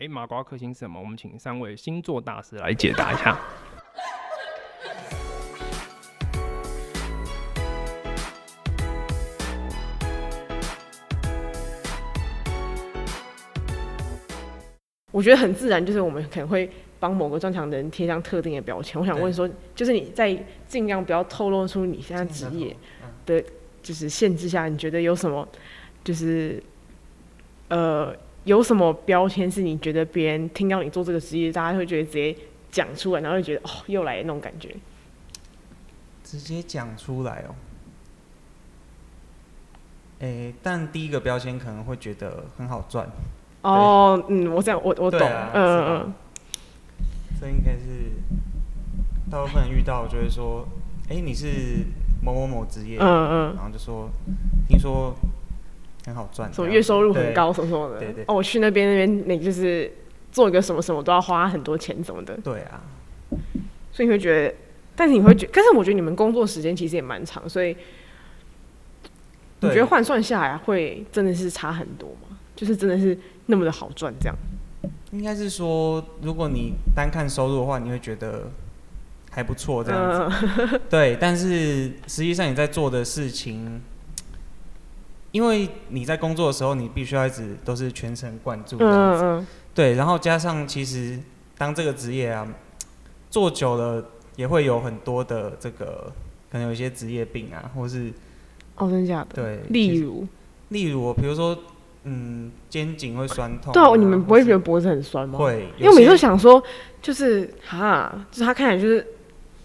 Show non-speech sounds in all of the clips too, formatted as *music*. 哎，麻瓜克星是什么？我们请三位星座大师来解答一下。我觉得很自然，就是我们可能会帮某个专长的人贴上特定的标签。我想问说，就是你在尽量不要透露出你现在职业的，就是限制下，你觉得有什么，就是呃，有什么标签是你觉得别人听到你做这个职业，大家会觉得直接讲出来，然后就觉得哦，又来了那种感觉。直接讲出来哦。诶，但第一个标签可能会觉得很好赚，哦，嗯，我这样，我我懂，对啊嗯是吧嗯，这应该是大部分人遇到就会说，哎、你是某某某职业，嗯嗯然后就说听说很好赚，什么这样月收入很对高，什么什么的。对对哦，我去那边那边，你就是做一个什么什么都要花很多钱什么的，对啊，所以你会觉得，但是你会觉但是我觉得你们工作时间其实也蛮长，所以你对觉得换算下来会真的是差很多吗？就是真的是那么的好赚这样？应该是说，如果你单看收入的话，你会觉得还不错这样子。嗯对，但是实际上你在做的事情，因为你在工作的时候，你必须要一直都是全神贯注这样嗯子。嗯，对，然后加上其实当这个职业啊做久了，也会有很多的这个可能有一些职业病啊，或是哦，真的假的？对，其例实如，例如比如说嗯肩颈会酸痛、对啊，你们不会觉得得脖子很酸吗？哦会？因为我每次有都些想说，就是哈，就是他看起来就是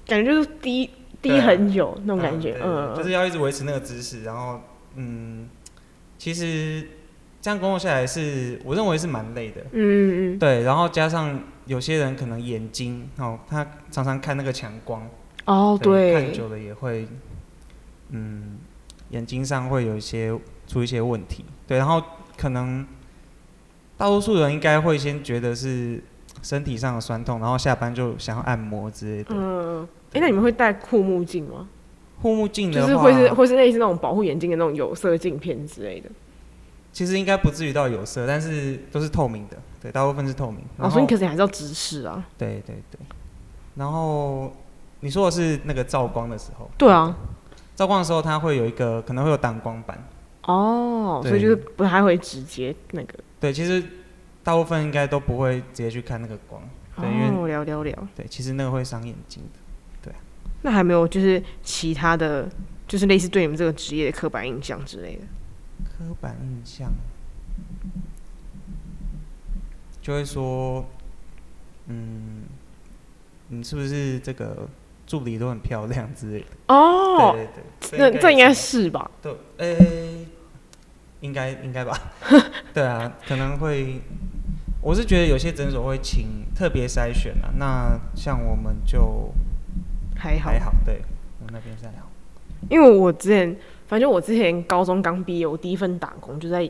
感觉就是低低对啊很久那种感嗯觉对，嗯，就是要一直维持那个姿势，然后嗯，其实这样工作下来是我认为是蛮累的，嗯嗯对，然后加上有些人可能眼睛哦，他常常看那个强光，嗯，哦可能对看，久了也会嗯，眼睛上会有一些出一些问题，对，然后可能大多数人应该会先觉得是。身体上的酸痛，然后下班就想要按摩之类的。嗯，哎、那你们会戴护目镜吗？护目镜的就话，是会是会是类似那种保护眼睛的那种有色镜片之类的。其实应该不至于到有色，但是都是透明的，对，大部分是透明。哦，然所后、以你可是你还是要直视啊。对对对，然后你说的是那个照光的时候，对啊，照光的时候它会有一个可能会有挡光板，哦，对所以就是不太会直接那个。对，其实大部分应该都不会直接去看那个光，对，因为哦，聊聊聊。对，其实那个会伤眼睛的。那还没有就是其他的，就是类似对你们这个职业的刻板印象之类的。刻板印象嗯就会说，嗯，你是不是这个助理都很漂亮之类的？哦，对对对，那这应该也是吧？对，诶、应该应该吧？ *laughs* 对啊，可能会，我是觉得有些诊所会请特别筛选啊，那像我们就还好还，好，对我们那边是还好。因为我之前，反正我之前高中刚毕业，我第一份打工就在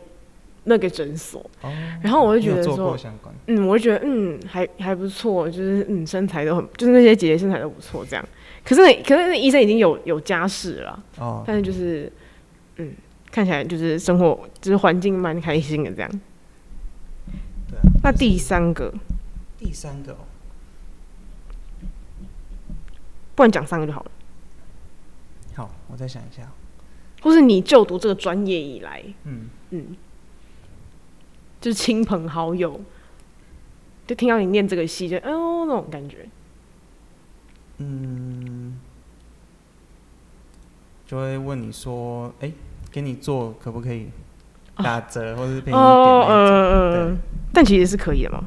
那个诊所，哦，然后我就你觉有得做说过，相关，嗯，我就觉得嗯还还不错，就是嗯身材都很，就是那些姐姐身材都不错这样。可是那可是那医生已经有有家室了啦，哦，但是就是嗯看起来就是生活就是环境蛮开心的这样。对啊。那第三个，第三个、哦，不然讲三个就好了。好，我再想一下，或是你就读这个专业以来，嗯，嗯，就是亲朋好友，就听到你念这个戏，就哎呦那种感觉。嗯，就会问你说，哎、给你做可不可以打折，或者是便宜一点哦，那种？呃，对嗯但其实是可以的嘛。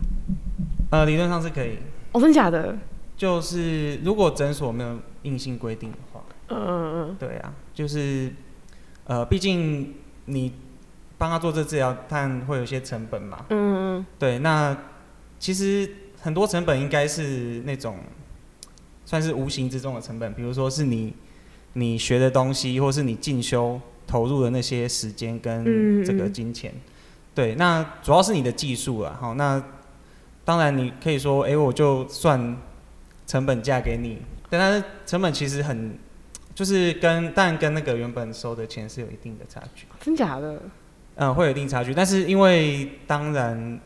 呃，理论上是可以，哦，真假的？就是如果诊所没有硬性规定的话，嗯嗯对啊，就是呃，毕竟你帮他做这治疗，但会有一些成本嘛。嗯嗯对，那其实很多成本应该是那种算是无形之中的成本，比如说是你你学的东西，或是你进修投入的那些时间嗯跟嗯这个金钱。对，那主要是你的技术啊。好，那当然你可以说，哎、我就算成本价给你，但它的成本其实很。就是跟但跟那个原本收的钱是有一定的差距。嗯，真假的？嗯，会有一定差距，但是因为当然，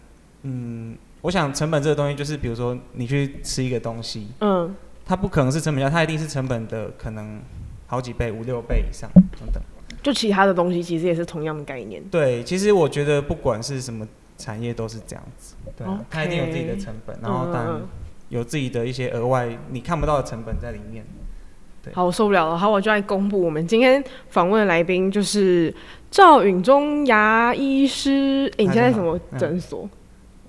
嗯，我想成本这个东西就是，比如说你去吃一个东西，嗯，它不可能是成本价，它一定是成本的可能好几倍、五六倍以上等等。就其他的东西其实也是同样的概念。对，其实我觉得不管是什么产业都是这样子，对、啊，它一定有自己的成本，然后当然嗯有自己的一些额外你看不到的成本在里面。对好，我受不了了。好，我就来公布我们今天访问的来宾就是赵允中牙医师。哎、你现在在什么嗯诊所？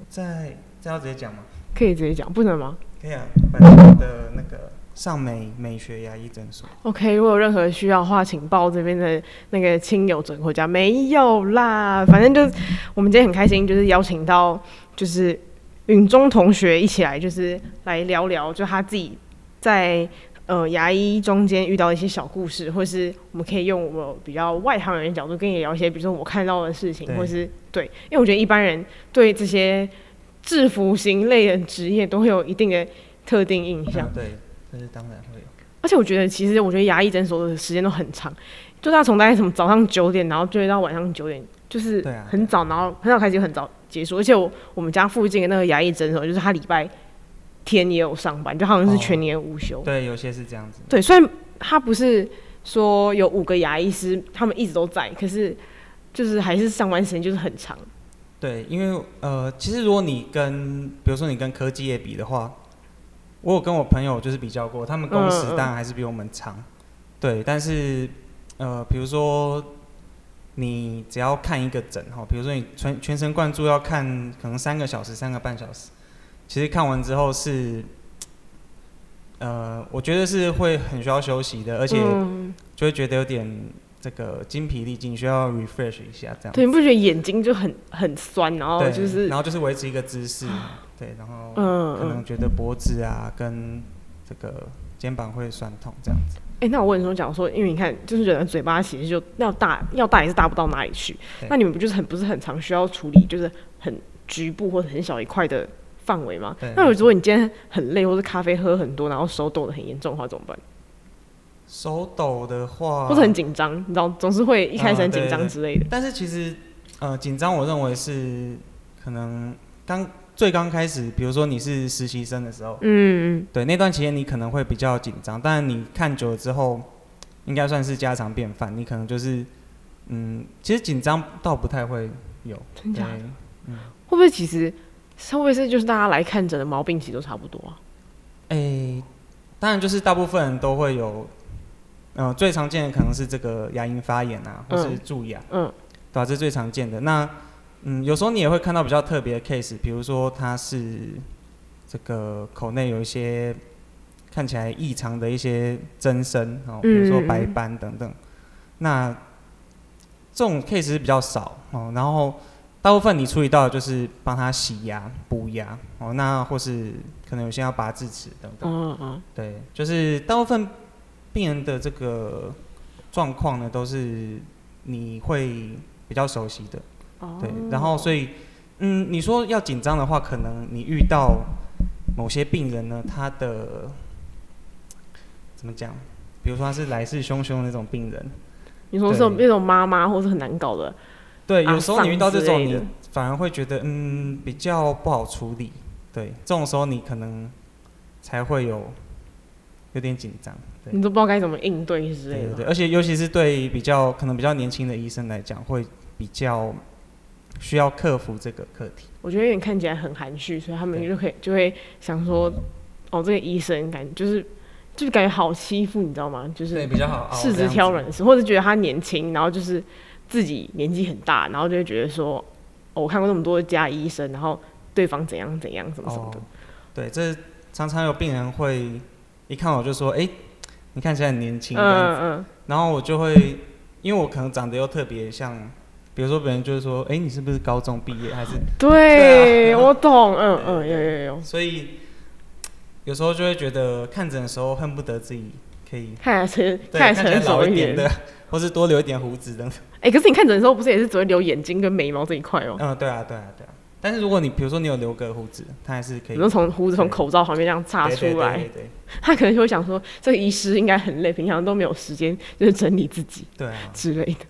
在这要直接讲吗？可以直接讲，不能吗可以啊，本校的那个上美美学牙医诊所。 ？OK，如果有任何需要的话，请报这边的那个亲友诊或家。没有啦，反正就我们今天很开心，就是邀请到就是允中同学一起来，就是来聊聊，就他自己在。呃，牙医中间遇到一些小故事，或是我们可以用我比较外行人的角度跟你聊一些，比如说我看到的事情，对或是对，因为我觉得一般人对这些制服型类的职业都会有一定的特定印象。嗯对，这是当然会有。而且我觉得，其实我觉得牙医诊所的时间都很长，就大从大概什么早上九点，然后追到晚上九点，就是对啊很早，然后很早开始，很早结束。而且我我们家附近的那个牙医诊所，就是他礼拜天也有上班，就好像是哦全年无休。对，有些是这样子。对，虽然他不是说有五个牙医师，他们一直都在，可是就是还是上班时间就是很长。对，因为呃，其实如果你跟，比如说你跟科技业比的话，我有跟我朋友就是比较过，他们工时嗯嗯当然还是比我们长，对，但是呃，比如说你只要看一个诊哈，比如说你全全神贯注要看可能三个小时、三个半小时，其实看完之后是。呃，我觉得是会很需要休息的，而且嗯、就会觉得有点这个精疲力尽，需要 refresh 一下这样子。对，你不觉得眼睛就很很酸，然后对，就是然后就是维持一个姿势，对，然后嗯可嗯能觉得脖子啊跟这个肩膀会酸痛这样子。哎、那我问说，假如说，因为你看，就是人的嘴巴其实就要大，要大也是大不到哪里去。对那你们不就是很不是很常需要处理，就是很局部或者很小一块的范围吗对？那如果你今天很累，或是咖啡喝很多，然后手抖得很严重的话，怎么办？手抖的话，或者很紧张，你知道，总是会一开始很紧啊对张对对之类的。但是其实呃紧张，我认为是可能刚最刚开始，比如说你是实习生的时候，嗯，对那段期间你可能会比较紧张，但你看久了之后，应该算是家常便饭，你可能就是嗯，其实紧张倒不太会有，真假的对会不会其实会不会是就是大家来看诊的毛病其实都差不多啊？诶、当然就是大部分人都会有，呃，最常见的可能是这个牙龈发炎啊，或是嗯蛀牙，嗯，对啊吧、这是最常见的。那嗯，有时候你也会看到比较特别的 case，比如说它是这个口内有一些看起来异常的一些增生哦，比如说嗯嗯嗯白斑等等。那这种 case 是比较少哦，然后大部分你处理到的就是帮他洗牙、补牙哦，那或是可能有些要拔智齿等等。嗯嗯，对，就是大部分病人的这个状况呢，都是你会比较熟悉的，哦对。然后所以，嗯，你说要紧张的话，可能你遇到某些病人呢，他的怎么讲？比如说他是来势汹汹的那种病人，你说这种对那种妈妈或是很难搞的，对，阿有时候你遇到这啊丧种，之类的你反而会觉得嗯比较不好处理，对，这种时候你可能才会有有点紧张，对。你都不知道该怎么应对之类对的对。对，而且尤其是对比较可能比较年轻的医生来讲，会比较需要克服这个课题。我觉得有点看起来很含蓄，所以他们对就可以就会想说，哦，这个医生感觉就是就是感觉好欺负，你知道吗？就是比较好柿哦子挑。软吃，或者觉得他年轻，然后就是自己年纪很大，然后就会觉得说，哦，我看过那么多家医生，然后对方怎样怎样，怎么怎么哦的。，对，这常常有病人会一看我就说：“哎、你看起来很年嗯轻。这样子嗯然后我就会，因为我可能长得又特别像，比如说别人就是说：“哎、你是不是高中毕业？还是嗯，对，对啊我懂，嗯嗯，有有有，所以有时候就会觉得看诊的时候恨不得自己可以看起来成对看看起起来来成熟老一点点。的，或是多留一点胡子等等。哎、可是你看诊的时候，不是也是只会留眼睛跟眉毛这一块哦、嗯，对啊，对啊，对啊。但是如果你比如说你有留个胡子，它还是可你以说从胡子从对口罩旁边这样插对出来对，对对他可能就会想说，这个医师应该很累，平常都没有时间就是整理自己对对啊，之类的。嗯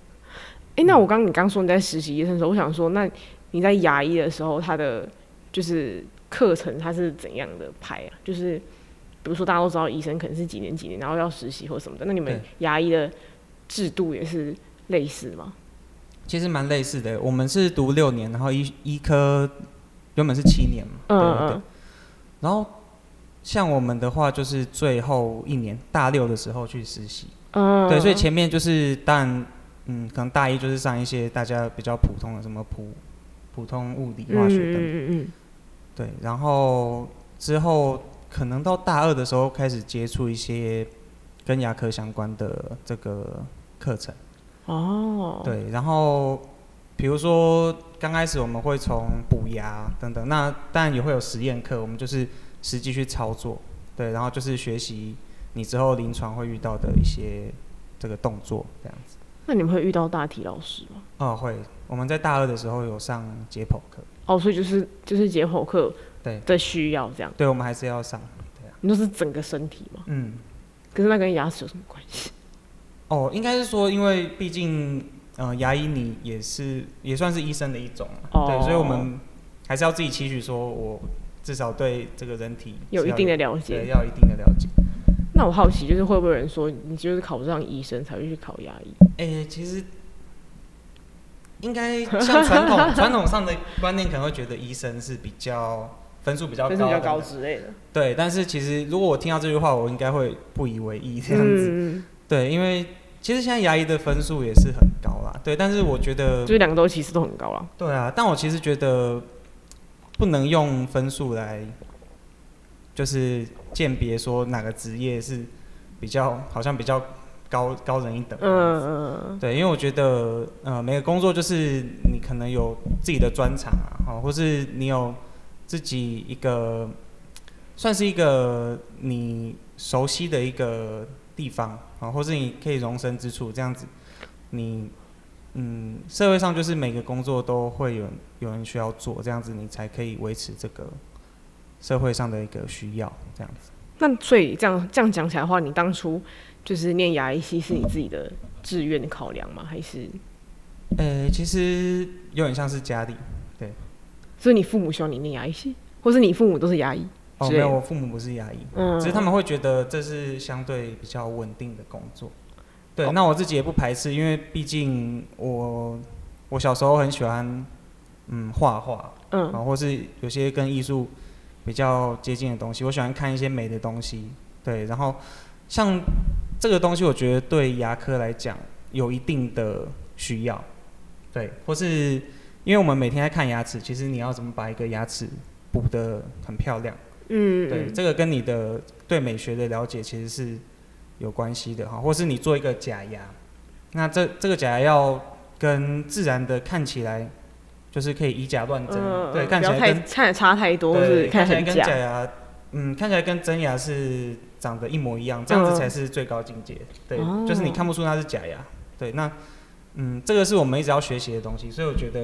哎、那我刚你刚说你在实习医生的时候，我想说，那你在牙医的时候，他的就是课程它是怎样的排啊？就是比如说大家都知道医生可能是几年几年，然后要实习或什么的，那你们对牙医的制度也是类似吗？其实蛮类似的。我们是读六年，然后医医科原本是七年嘛，对嗯对对嗯。然后像我们的话，就是最后一年大六的时候去实习，嗯，对，所以前面就是当然，嗯，可能大一就是上一些大家比较普通的什么普普通物理、化学嗯等，嗯嗯对，然后之后可能到大二的时候开始接触一些跟牙科相关的这个课程。嗯，哦，，对，然后比如说刚开始我们会从补牙等等，那当然也会有实验课，我们就是实际去操作，对，然后就是学习你之后临床会遇到的一些这个动作这样子。那你们会遇到大体老师吗？哦，会，我们在大二的时候有上解剖课，哦，所以就是就是解剖课对的需要这样，对我们还是要上，你都是整个身体嘛？嗯，可是那跟牙齿有什么关系？哦，应该是说，因为毕竟呃，牙医你也是也算是医生的一种嘛，哦对，所以我们还是要自己期许说，我至少对这个人体有是一要定的了对，解。要有一定的了解。那我好奇，就是会不会有人说你就是考不上医生才会去考牙医？诶、其实应该像 *laughs* 传统传统上的观念，可能会觉得医生是比较分数比较高分的，数比较高之类的，对。但是其实如果我听到这句话，我应该会不以为意 *laughs* 这样子。嗯，对，因为其实现在牙医的分数也是很高啦，对。但是我觉得就，是两个都其实都很高了。对啊，但我其实觉得不能用分数来就是鉴别说哪个职业是比较好像比较高高人一等。嗯嗯嗯，对，因为我觉得，呃，每个工作就是你可能有自己的专长啊，哦，或是你有自己一个，算是一个你熟悉的一个地方啊、哦，或是你可以容身之处，这样子，你，嗯，社会上就是每个工作都会有有人需要做，这样子你才可以维持这个社会上的一个需要，这样子。那所以这样这样讲起来的话，你当初就是念牙医系是你自己的志愿考量吗？还是呃，其实有点像是家里，所以你父母希望你念牙医系，或是你父母都是牙医？哦，之没类有，的我父母不是牙医。嗯，只是他们会觉得这是相对比较稳定的工作。对，哦那我自己也不排斥，因为毕竟我我小时候很喜欢嗯画画嗯啊，或是有些跟艺术比较接近的东西，我喜欢看一些美的东西。对，然后像这个东西，我觉得对牙科来讲有一定的需要。对，或是因为我们每天在看牙齿，其实你要怎么把一个牙齿补得很漂亮。嗯对，嗯这个跟你的对美学的了解其实是有关系的哈，或是你做一个假牙，那这这个假牙要跟自然的看起来，就是可以以假乱真，嗯，对，嗯看起不要来太跟看起来差太多，或对是看看起起来很来跟假假。牙，嗯，看起来跟真牙是长得一模一样，这样子才是最高境界，对，嗯哦就是你看不出它是假牙，对，那嗯，这个是我们一直要学习的东西，所以我觉得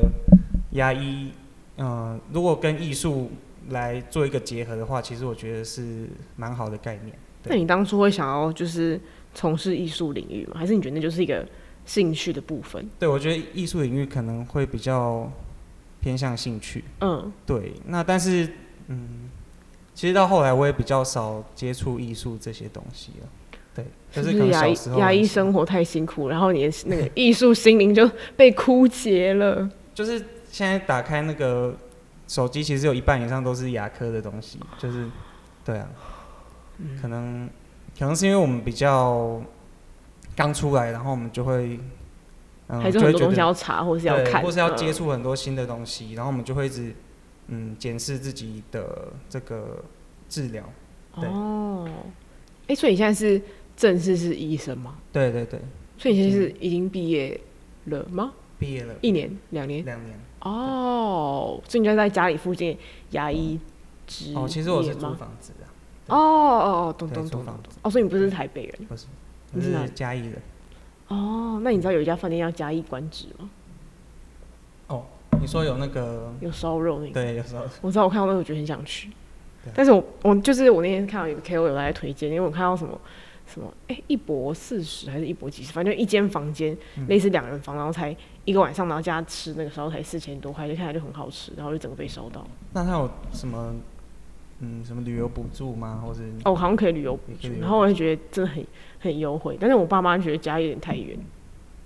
牙医，嗯、如果跟艺术来做一个结合的话，其实我觉得是蛮好的概念。对那你当初会想要就是从事艺术领域吗？还是你觉得那就是一个兴趣的部分？对，我觉得艺术领域可能会比较偏向兴趣。嗯，对，那但是嗯，其实到后来我也比较少接触艺术这些东西了。对，就是是不可能牙小医时候牙很医喜欢生活太辛苦，然后你的那个艺术心灵就被枯竭了？就是现在打开那个手机，其实有一半以上都是牙科的东西，就是对啊，嗯可能可能是因为我们比较刚出来，然后我们就会嗯，还是就很会多觉东西得要查或是要对，看，嗯或是要接触。触很多新的东西，然后我们就会一直嗯检视自己的这个治疗，对哦，哎、所以你现在是正式是医生吗？对对对，所以你现在是嗯已经毕业了吗？毕业了一年、两年？两年哦，所以你就在家里附近牙医职哦，其实我是业租吗房子啊，哦哦哦，懂对懂租懂房懂子。哦，所以你不是台北人不是，你我是哪是里嘉义人，哦？那你知道有一家饭店叫嘉义官职吗？你说有那 *laughs* 个有烧肉那个。对，有时候我知道，我看到那个我觉得很想去对，但是我我就是我那天看到有个 KOL 来推荐，因为我看到什么嗯什么哎、诶一博四十还是一博几十，反正就一间房间、类似两人房，然后才一个晚上，然后加吃那个烧才四千多块，就看起来就很好吃，然后就整个被烧到。那他有什么嗯什么旅游补助吗？或者哦，好像可以旅游补可以助旅，游然后我就觉得真的很很优惠，但是我爸妈觉得家有点太远，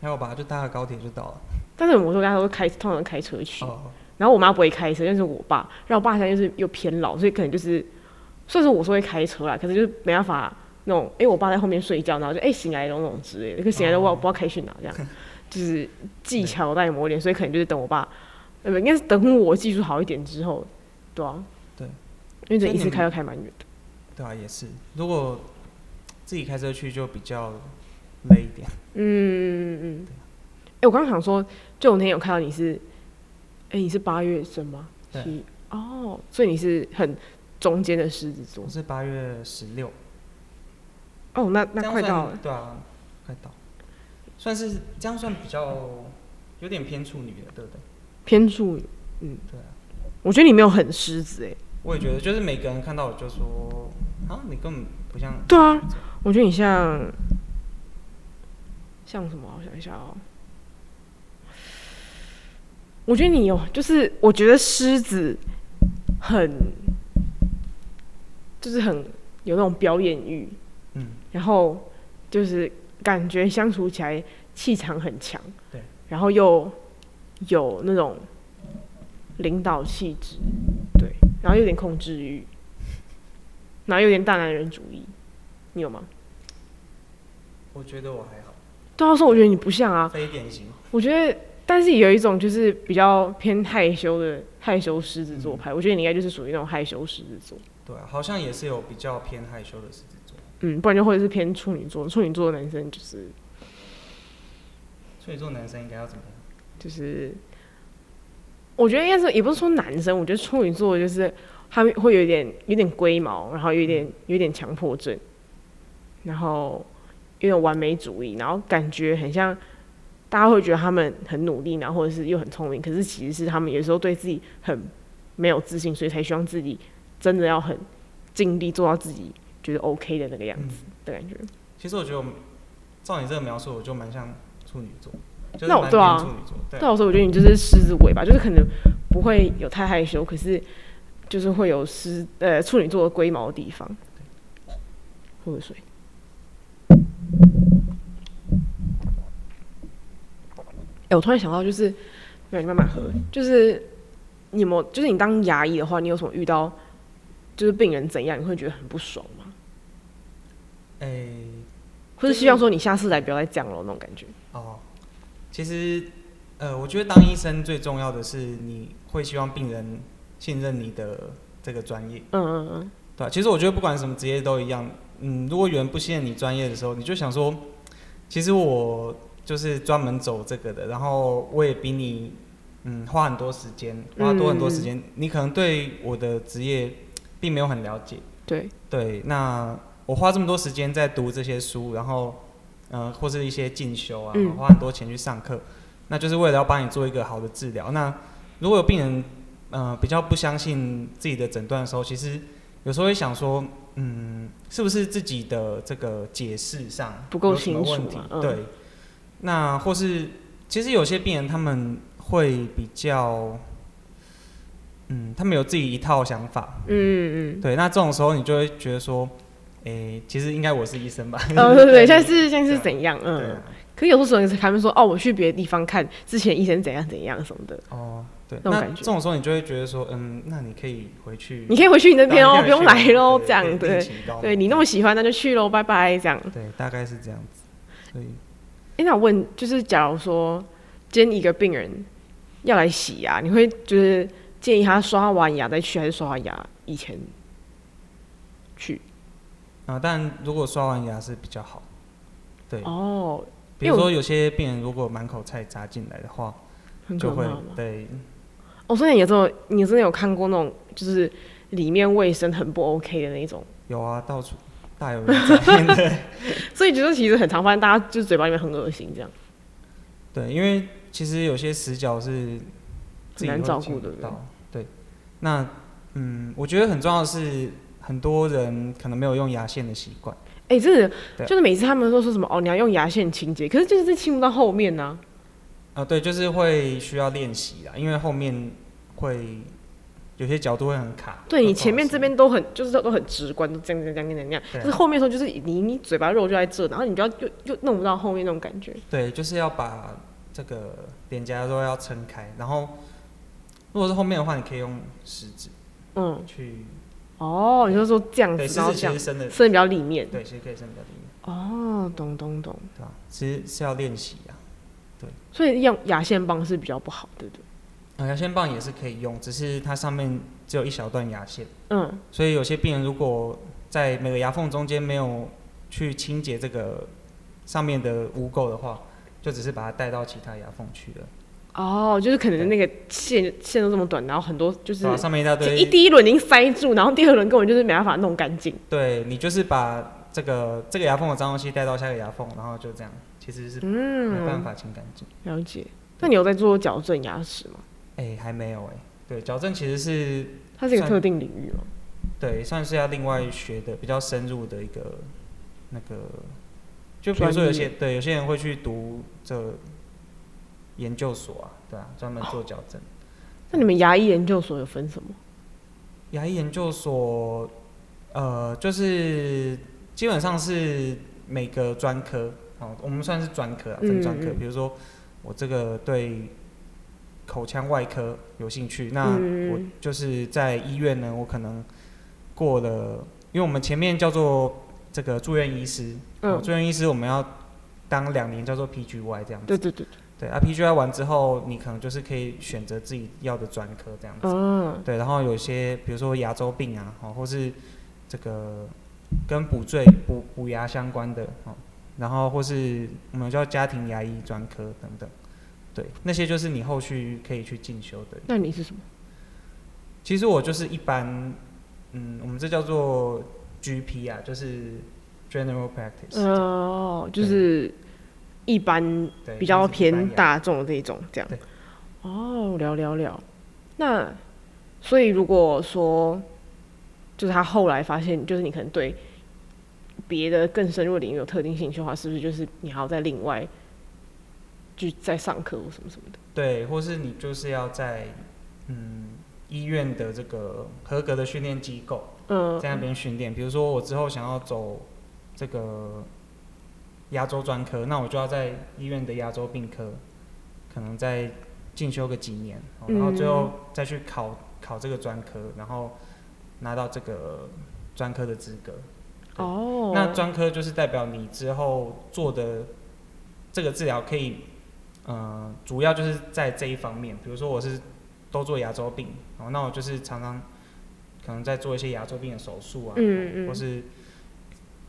还有吧，就搭个高铁就到了。但是我说跟他说开通常开车去，哦，然后我妈不会开车，但是我爸，然后我爸现在就是又偏老，所以可能就是，虽然说我是会开车啦，可是就是没办法那种，哎、我爸在后面睡觉，然后就哎、醒来了那种之类的，可醒来了哦我也不知道开去哪 *laughs* 这样，就是技巧带磨练，所以可能就是等我爸，呃，不应该是等我技术好一点之后，对啊，对，因为这所以一你次们开要开蛮远的，对啊，也是。如果自己开车去就比较累一点。嗯嗯嗯，哎、我刚刚想说，就我那天有看到你是，哎、你是八月生吗？对七哦，所以你是很中间的狮子座我。是八月十六，哦，那这那样快算到了，对啊，快到，算是这样算比较有点偏处女了，对不对？偏处女，对啊，我觉得你没有很狮子哎、我也觉得，就是每个人看到我就说啊，你根本不像对啊，我觉得你像像什么啊？我想一下哦。我觉得你有，就是我觉得狮子很，就是很有那种表演欲，嗯，然后就是感觉相处起来气场很强，对，然后又有那种领导气质，对，然后有点控制欲，然后有点大男人主义，你有吗？我觉得我还好，对啊，说我觉得你不像啊，非典型。我觉得，但是有一种就是比较偏害羞的害羞狮子座派，我觉得你应该就是属于那种害羞狮子座，对啊，好像也是有比较偏害羞的狮子座，嗯，不然就或者是偏处女座，处女座的男生就是所以做男生应该要怎么样？就是，我觉得应该是也不是说男生，我觉得处女座就是他们会有一点有点龟毛，然后有一点有一点强迫症，然后有点完美主义，然后感觉很像大家会觉得他们很努力，然后或者是又很聪明，可是其实是他们有时候对自己很没有自信，所以才希望自己真的要很尽力做到自己觉得 OK 的那个样子的感觉。其实我觉得我们照你这个描述，我就蛮像处女座，就是那我蛮对啊偏处女座，对对我说，我觉得你就是狮子尾吧，就是可能不会有太害羞，可是就是会有狮呃处女座的龟毛的地方。喝个水。哎、我突然想到，就是没有你慢慢喝，就是你有没有，就是你当牙医的话，你有什么遇到就是病人怎样，你会觉得很不爽吗？哎、或是希望说你下次来不要再这样了那种感觉？哦，其实呃，我觉得当医生最重要的是你会希望病人信任你的这个专业，嗯嗯嗯，对、啊、其实我觉得不管什么职业都一样，嗯，如果有人不信任你专业的时候，你就想说，其实我就是专门走这个的，然后我也比你，嗯，花很多时间，花多很多时间，嗯你可能对我的职业并没有很了解，对，对，那我花这么多时间在读这些书，然后，呃，或是一些进修啊，嗯花很多钱去上课，那就是为了要帮你做一个好的治疗。那如果有病人，呃，比较不相信自己的诊断的时候，其实有时候会想说，嗯，是不是自己的这个解释上不够有什么清楚问题啊嗯对，那或是其实有些病人他们会比较，嗯，他们有自己一套想法，嗯嗯对，那这种时候你就会觉得说，诶、其实应该我是医生吧？嗯， *laughs* 哦 *laughs* 对对对，现在是现在是怎样？嗯。对啊，可有时候他们说哦，我去别的地方看之前医生怎样怎样什么的，哦，对，那种那感觉这种时候你就会觉得说，嗯，那你可以回去，你可以回去你那边到哦，医不院用去啊来喽，对这样可以对另。请高对明你那么喜欢，那就去喽，拜拜，这样。对，大概是这样子。所以，哎，那我问，就是假如说今天一个病人要来洗啊牙，你会就是建议他刷完牙再去，还是刷完牙以前去？啊、但如果刷完牙是比较好。对，哦，比如说有些病人如果满口菜扎进来的话，很可就怕会吗？对，哦，所以你有这种，你真的有看过那种，就是里面卫生很不 OK 的那种，有啊，到处大有人在。 *laughs* 对所以就是其实很常发现大家就是嘴巴里面很恶心这样。对，因为其实有些死角是自己很难会照见顾不对不对到。对，那嗯，我觉得很重要的是，很多人可能没有用牙线的习惯。哎、真的对就是每次他们都说什么哦，你要用牙线清洁，可是就是清不到后面呢、啊，对，就是会需要练习啦，因为后面会有些角度会很卡。对你前面不好这意思边都很就是都都很直观，都这样这样这样那样那样，对可是后面的时候就是你你嘴巴肉就在这，然后你就要又又弄不到后面那种感觉。对，就是要把这个脸颊都要撑开，然后如果是后面的话，你可以用食指嗯，去，哦，你就说这样子对，，食然后指这其样实，伸的，伸的比较里面。对，其实可以伸比较里面，哦，懂懂懂。对吧？其实是要练习啊。所以用牙线棒是比较不好，对不对？啊，牙线棒也是可以用，只是它上面只有一小段牙线，嗯，所以有些病人如果在每个牙缝中间没有去清洁这个上面的污垢的话，就只是把它带到其他牙缝去了。哦，就是可能那个线线都这么短，然后很多就是对啊吧？上面一大就一堆，第一轮已经塞住，然后第二轮根本就是没办法弄干净。对你就是把这个这个牙缝的脏东西带到下个牙缝，然后就这样，其实是没办嗯，法清干净。了解。那你有在做矫正牙齿吗？哎、还没有哎、对，矫正其实是它是一个算特定领域吗？对，算是要另外学的比较深入的一个那个，就比如说有些对有些人会去读这研究所啊，对啊，专门做矫正。那你们牙医研究所有分什么？牙医研究所，呃，就是基本上是每个专科哦，我们算是专科啊，分专科。嗯嗯比如说我这个对口腔外科有兴趣，那嗯嗯我就是在医院呢，我可能过了，因为我们前面叫做这个住院医师，哦嗯，住院医师我们要当两年叫做 PGY 这样对对子，对，对对啊，PGY 完之后，你可能就是可以选择自己要的专科这样子。嗯，对，然后有些比如说牙周病啊，哦，或是这个跟补缀、补补牙相关的哦，然后或是我们叫家庭牙医专科等等，对，那些就是你后续可以去进修的。那你是什么？其实我就是一般，嗯，我们这叫做 GP 啊，就是 General Practice，、哦，就是一般对，比较就是一般偏牙大众的这一种这样对。哦，聊聊聊。那所以如果说，就是他后来发现，就是你可能对别的更深入的领域有特定兴趣的话，是不是就是你还要再另外就再上课或什么什么的？对，或是你就是要在嗯医院的这个合格的训练机构。嗯在那边训练。比如说我之后想要走这个牙周专科，那我就要在医院的牙周病科，可能再进修个几年，哦然后最后嗯再去考考这个专科，然后拿到这个专科的资格。对哦，那专科就是代表你之后做的这个治疗可以，呃，主要就是在这一方面。比如说我是都做牙周病，哦，那我就是常常可能在做一些牙周病的手术啊，嗯嗯或是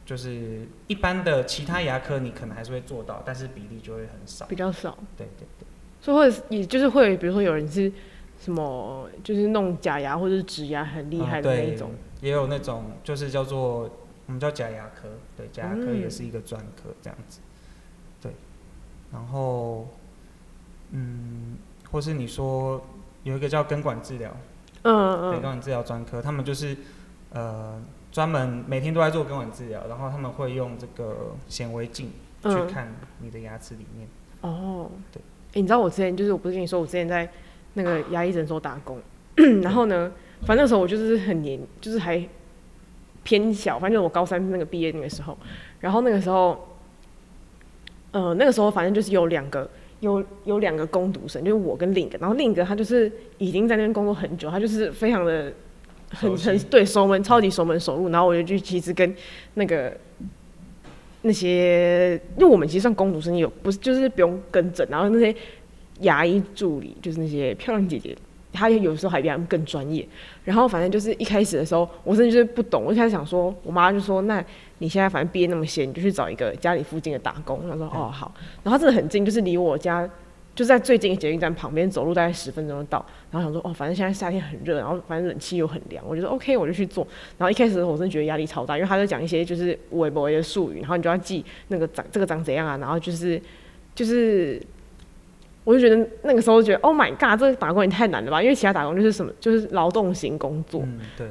就是一般的其他牙科你可能还是会做到，但是比例就会很少。比较少。对对对，所以或者是也就是会，比如说有人是什么，就是弄假牙或者是植牙很厉害的那一种嗯。对也有那种就是叫做我们叫假牙科，对，假牙科嗯也是一个专科这样子，对。然后，嗯，或是你说有一个叫根管治疗，对，嗯根嗯管治疗专科，他们就是呃专门每天都在做根管治疗，然后他们会用这个显微镜去嗯。看你的牙齿里面，哦，对诶你知道我之前就是我不是跟你说，我之前在那个牙医诊所打工，然后呢，反正那时候我就是很年，就是还偏小，反正我高三那个毕业那个时候，然后那个时候，呃，那个时候反正就是有两个。有有两个攻读生，就是我跟另一个，然后另一个他就是已经在那边工作很久，他就是非常的很熟悉很对熟门，超级熟门熟路。然后我就去其实跟那个那些，因为我们其实算攻读生，有不是就是不用跟诊，然后那些牙医助理就是那些漂亮姐姐，她有时候还比他们更专业。然后反正就是一开始的时候，我真的就是不懂，我一开始想说，我妈就说，那你现在反正毕业那么闲，你就去找一个家里附近的打工。她说，哦好，然后真的很近，就是离我家。就在最近的捷运站旁边，走路大概十分钟就到。然后想说，哦，反正现在夏天很热，然后反正冷气又很凉，我就说 OK，我就去做。然后一开始我真的觉得压力超大，因为他在讲一些就是微博的术语，然后你就要记那个长这个长怎样啊，然后就是就是，我就觉得那个时候觉得 Oh my God，这个打工也太难了吧，因为其他打工就是什么就是劳动型工作，嗯，对。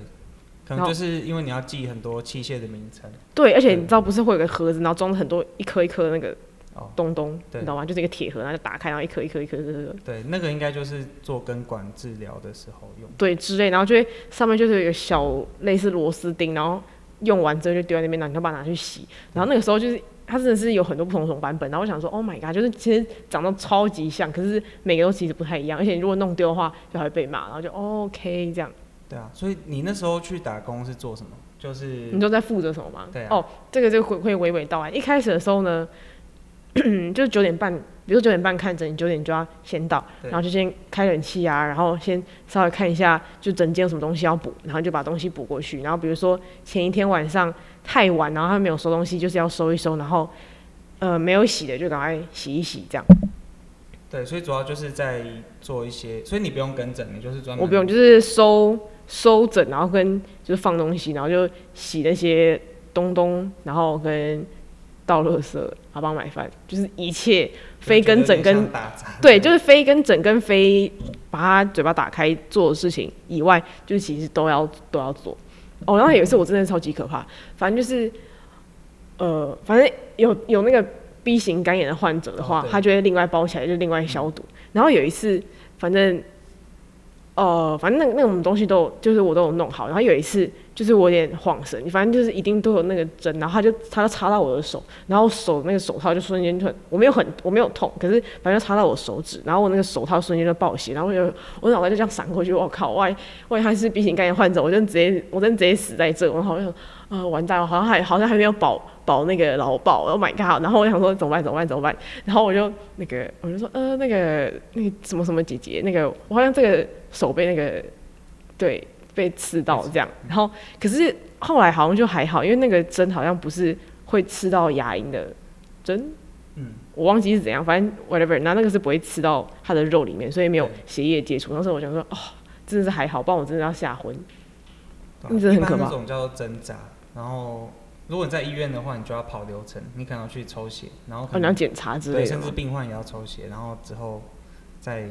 可然能后就是因为你要记很多器械的名称，对，而且对你知道不是会有个盒子，然后装了很多一颗一颗的那个哦，东东，你对知道吗？就是一个铁盒，然后就打开，然后一颗一颗一颗一颗一颗，对，那个应该就是做根管治疗的时候用。对之类，然后就会上面就是有一个小类似螺丝钉，然后用完之后就丢在那边，然后你就把它拿去洗。然后那个时候就是它真的是有很多不同种版本，然后我想说，Oh my god，就是其实长得超级像，可是每个都其实不太一样，而且如果弄丢的话就还会被骂，然后就、哦 OK 这样。对啊，所以你那时候去打工是做什么？就是你都在负责什么吗？对啊哦，这个就会会娓娓道来。一开始的时候呢， *clears throat* 就是九点半，比如说九点半看诊，你九点就要先到，对然后就先开冷气啊，然后先稍微看一下就整间有什么东西要补，然后就把东西补过去。然后比如说前一天晚上太晚，然后他没有收东西，就是要收一收，然后呃没有洗的就赶快洗一洗这样。对，所以主要就是在做一些，所以你不用跟诊，你就是专门我不用，就是收收整，然后跟就是放东西，然后就洗那些东东，然后跟倒垃圾，然后帮买饭，就是一切非跟整跟打杂。对，就是非跟整跟非把他嘴巴打开做的事情以外，就是其实都要都要做。哦，然后有一次我真的超级可怕，反正就是呃，反正有有那个 B 型肝炎的患者的话，哦对嗯他就会另外包起来，就另外消毒。然后有一次，反正呃，反正那个那种东西都有就是我都有弄好。然后有一次就是我有点晃神，反正就是一定都有那个针，然后他就他就插到我的手，然后手那个手套就瞬间就很，我没有很我没有痛，可是反正就插到我手指，然后我那个手套瞬间就爆血，然后我就我脑袋就这样闪过去，我靠，万一万一他是 B 型肝炎患者，我就直接我真的直接死在这，我好像啊、呃完蛋，我好像还好像还没有保保那个劳保，Oh my god！然后我想说怎么办怎么办怎么办，然后我就那个我就说呃那个那个什么什么姐姐，那个我好像这个手被那个对被刺到这样，然后可是后来好像就还好，因为那个针好像不是会刺到牙龈的针，嗯，我忘记是怎样，反正 whatever，那那个是不会刺到它的肉里面，所以没有对血液接触。那时候我想说，哦，真的是还好，不然我真的要吓昏。哦对啊你真的很可怕一般那种叫做挣扎，然后如果你在医院的话，你就要跑流程，你可能要去抽血，然后哦，可你要能、检查之对，类的甚吗至。病患也要抽血，然后之后再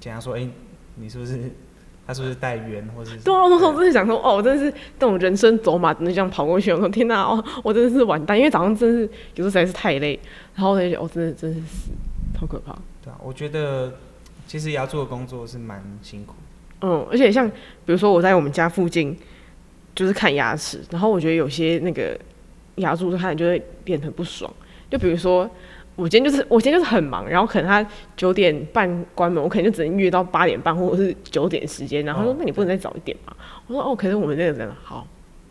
检查说，哎、你是不是 *laughs* 他是不是带源或是对啊，我那时候真的想说，哦，我真的是那种人生走马灯这样跑过去。我说天哪、哦，我真的是完蛋，因为早上真的是有时候实在是太累，然后我就觉得，哦，真的真的是死，好可怕。对啊，我觉得其实牙做的工作是蛮辛苦的。嗯，而且像比如说我在我们家附近就是看牙齿，然后我觉得有些那个牙柱就看着就会变得很不爽。就比如说我今天就是我今天就是很忙，然后可能他九点半关门，我可能就只能约到八点半或者是九点时间。然后他说、哦那你不能再早一点嘛？我说哦，可是我们那个人好，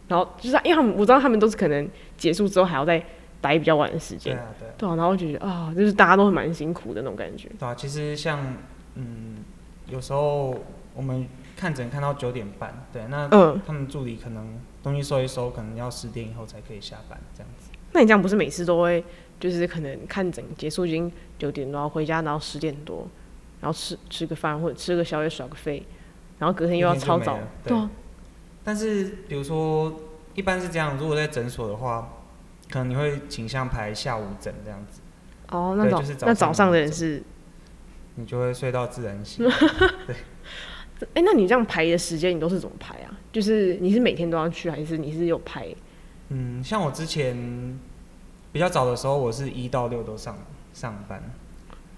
然后就是因为他们我知道他们都是可能结束之后还要再待比较晚的时对间，啊，对啊，对啊，然后我就觉得啊、就是大家都蛮辛苦的那种感觉。对啊。其实像嗯，有时候我们看诊看到九点半，对，那嗯，他们助理可能东西收一收，可能要十点以后才可以下班，这样子。那你这样不是每次都会就是可能看诊结束已经九点多，然后回家然后十点多，然后吃吃个饭或者吃个宵夜耍个废，然后隔天又要一天就超没早了，对对啊，但是比如说，一般是这样，如果在诊所的话，可能你会倾向排下午诊这样子，哦，那对早、就是早那上早上的人是，你就会睡到自然 *laughs* 醒。哎、那你这样排的时间你都是怎么排啊？就是你是每天都要去，还是你是有排？嗯，像我之前比较早的时候，我是一到六都上上班，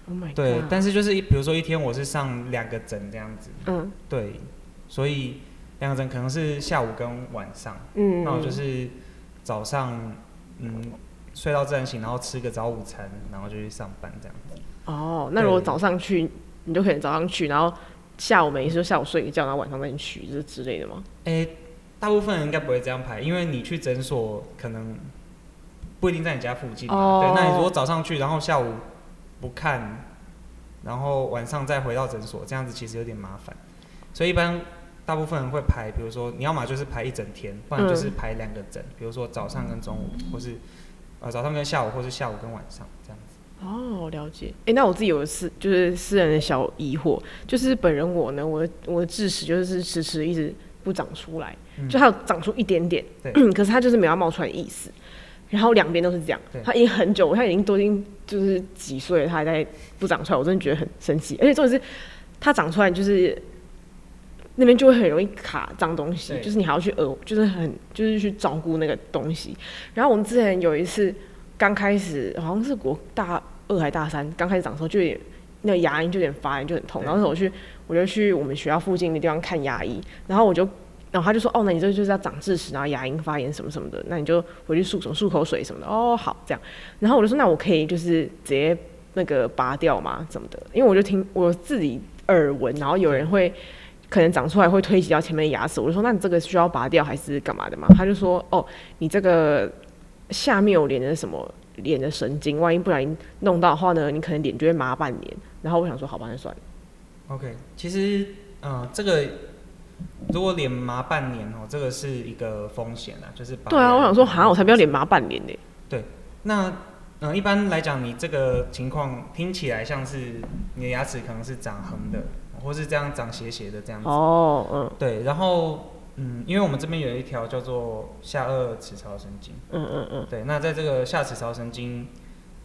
Oh my god！对，啊但是就是一比如说一天我是上两个诊这样子，嗯对，所以两个诊可能是下午跟晚上，嗯，那我就是早上嗯睡到自然醒，然后吃个早午餐，然后就去上班这样子。哦，那如果对早上去，你就可能早上去，然后下午没事就下午睡一觉，然后晚上再去，这之类的吗？诶、大部分人应该不会这样排，因为你去诊所可能不一定在你家附近嘛。哦对，那你如果早上去，然后下午不看，然后晚上再回到诊所，这样子其实有点麻烦。所以一般大部分人会排，比如说你要么就是排一整天，不然就是排两个诊，比如说早上跟中午，或是嗯呃早上跟下午，或是下午跟晚上这样子。哦，了解。哎、那我自己有个私，就是私人的小疑惑，就是本人我呢，我的我的智齿就是迟迟一直不长出来，嗯就它有长出一点点，对 *clears throat* 可是它就是没有要冒出来的意思。然后两边都是这样对，它已经很久，我现在已经都已经就是几岁了，它还在不长出来，我真的觉得很生气。而且重点是，它长出来就是那边就会很容易卡脏东西，对就是你还要去额，就是很就是去照顾那个东西。然后我们之前有一次，刚开始好像是国大二还大三刚开始长的时候，就有点那个牙龈就有点发炎，就很痛。然后那时候我去，我就去我们学校附近的地方看牙医，然后我就。然后他就说：“哦，那你这就是要长智齿，然后牙龈发炎什么什么的，那你就回去漱什么漱口水什么的。”哦，好，这样。然后我就说：“那我可以就是直接那个拔掉吗？怎么的？”因为我就听我自己耳闻，然后有人会可能长出来会推挤到前面的牙齿，我就说：“那你这个需要拔掉还是干嘛的吗？”他就说：“哦，你这个下面有连着什么脸的神经，万一不小心弄到的话呢，你可能脸就会麻半年。然后我想说，好吧，那算了。 OK，其实嗯呃，这个如果脸麻半年哦，这个是一个风险啊，就是拔对啊，牙我想说，哈，我才不要脸麻半年呢、那呃，一般来讲，你这个情况听起来像是你的牙齿可能是长横的，或是这样长斜斜的这样子。哦，嗯对，然后嗯，因为我们这边有一条叫做下颚齿槽神经，嗯嗯嗯，对，那在这个下齿槽神经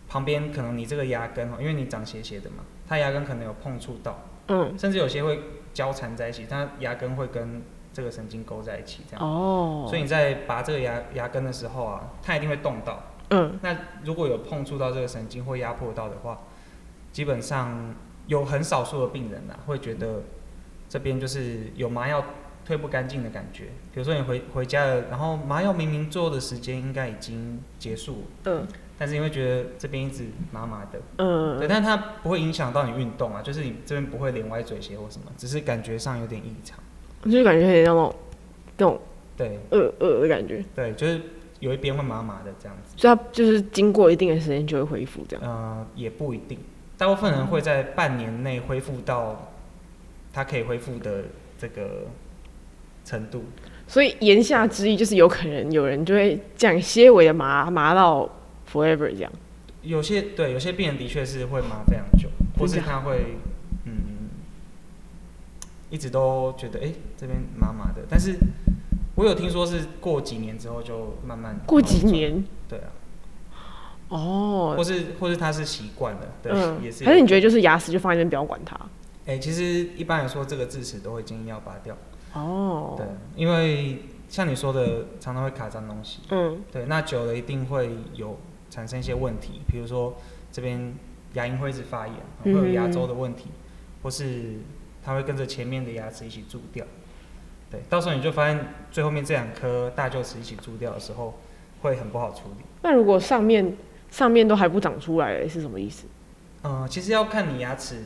旁边，可能你这个牙根哦，因为你长斜斜的嘛，它牙根可能有碰触到，嗯，甚至有些会交缠在一起，它牙根会跟这个神经勾在一起这样。哦，所以你在拔这个牙牙根的时候啊，它一定会动到。嗯那如果有碰触到这个神经或压迫到的话，基本上有很少数的病人啊，会觉得这边就是有麻药退不干净的感觉。比如说你回回家了，然后麻药明明做的时间应该已经结束了，嗯但是你会觉得这边一直麻麻的，对，嗯，但它不会影响到你运动啊，就是你这边不会脸歪嘴斜或什么，只是感觉上有点异常。我就感觉有点像那种那种对呃呃的感觉，对，就是有一边会麻麻的这样子。所以它就是经过一定的时间就会恢复这样。呃，也不一定，大部分人会在半年内恢复到他可以恢复的这个程度。所以言下之意就是有可能有人就会这样些微的麻麻到 forever 这样。有些对，有些病人的确是会麻非常久，或是真的他会嗯，一直都觉得哎、诶这边麻麻的，但是我有听说是过几年之后就慢慢过几好转，年对啊，哦，嗯或是或是他是习惯了，对，也是有。还是你觉得就是牙齿就放在那边不要管它？哎、其实一般来说这个智齿都会建议要拔掉。哦，对，因为像你说的，常常会卡脏东西。嗯对，那久了一定会有产生一些问题，比如说这边牙龈会一直发炎，会有牙周的问题，或是它会跟着前面的牙齿一起蛀掉。对，到时候你就发现最后面这两颗大臼齿一起蛀掉的时候，会很不好处理。那如果上面上面都还不长出来，是什么意思？嗯、其实要看你牙齿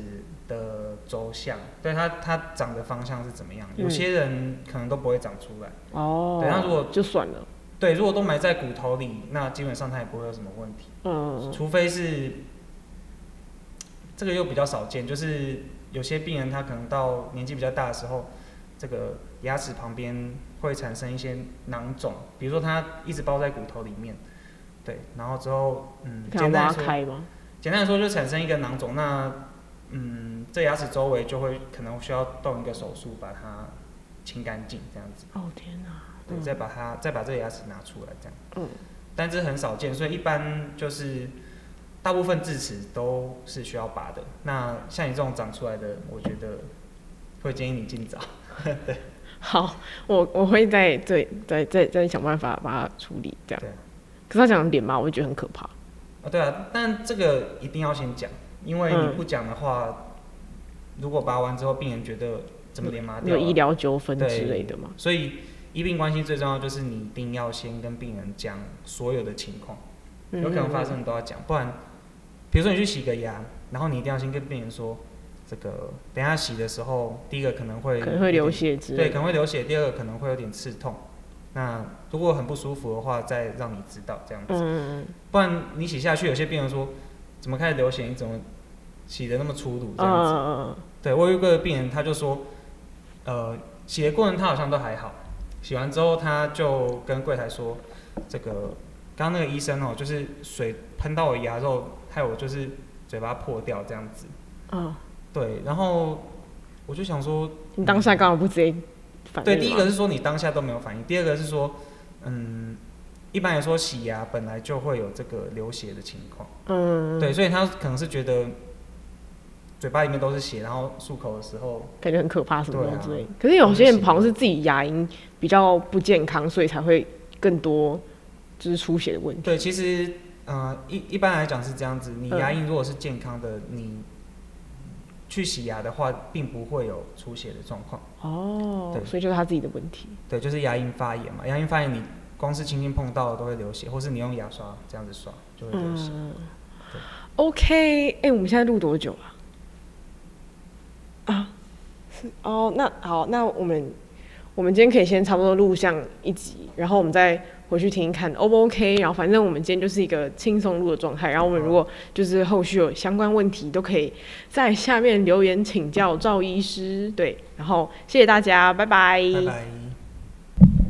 的轴向，对它它长的方向是怎么样。有嗯些人可能都不会长出来。哦，对那如果就算了，对，如果都埋在骨头里，那基本上它也不会有什么问题，嗯，除非是这个又比较少见，就是有些病人他可能到年纪比较大的时候，这个牙齿旁边会产生一些囊肿，比如说它一直包在骨头里面，对，然后之后嗯，看简它单挖来说，开吗？简单来说就产生一个囊肿，那嗯，这牙齿周围就会可能需要动一个手术把它清干净，这样子。哦天哪，对，嗯再把它再把这个牙齿拿出来，这样。嗯。但这很少见，所以一般就是大部分智齿都是需要拔的。那像你这种长出来的，我觉得会建议你尽早。 *laughs* 好，我我会再再再再再想办法把它处理这样对。可是他讲脸麻，我就觉得很可怕。啊，对啊，但这个一定要先讲，因为你嗯不讲的话，如果拔完之后病人觉得怎么连麻掉有了医疗纠纷对之类的嘛？所以医病关系最重要就是你一定要先跟病人讲所有的情况。嗯有可能发生的都要讲，不然，比如说你去洗个牙，然后你一定要先跟病人说，这个等一下洗的时候，第一个可能嗯，会可能会流，血之对，类可的。能会流血，第二个可能会有点刺痛。那如果很不舒服的话，再让你知道这样子，嗯，不然你洗下去，有些病人说怎么开始流血，你怎么洗的那么粗鲁嗯这样子？嗯对我有一个病人，他就说，呃，洗的过程他好像都还好，洗完之后他就跟柜台说，这个刚刚那个医生哦，就是水喷到我牙肉，害我就是嘴巴破掉这样子。嗯嗯，对，然后我就想说，你当下干嘛不直接反应吗？对，第一个是说你当下都没有反应，第二个是说，嗯，一般来说洗牙本来就会有这个流血的情况，嗯，对，所以他可能是觉得嘴巴里面都是血，然后漱口的时候。感觉很可怕什么对东啊西之类的。可是有些人好像是自己牙龈比较不健康，所以才会更多就是出血的问题。对，其实呃，一一般来讲是这样子，你嗯牙龈如果是健康的，你去洗牙的话，并不会有出血的状况。哦对，所以就是他自己的问题。对，就是牙龈发炎嘛，牙龈发炎你光是轻轻碰到都会流血，或是你用牙刷这样子刷就会流血。嗯对，OK，哎、我们现在录多久啊？啊，是哦，那好，那我们我们今天可以先差不多录像一集，然后我们再回去听一看 O 不 OK？然后反正我们今天就是一个轻松录的状态，然后我们如果就是后续有相关问题，都可以在下面留言请教赵医师。对，然后谢谢大家，拜拜拜拜。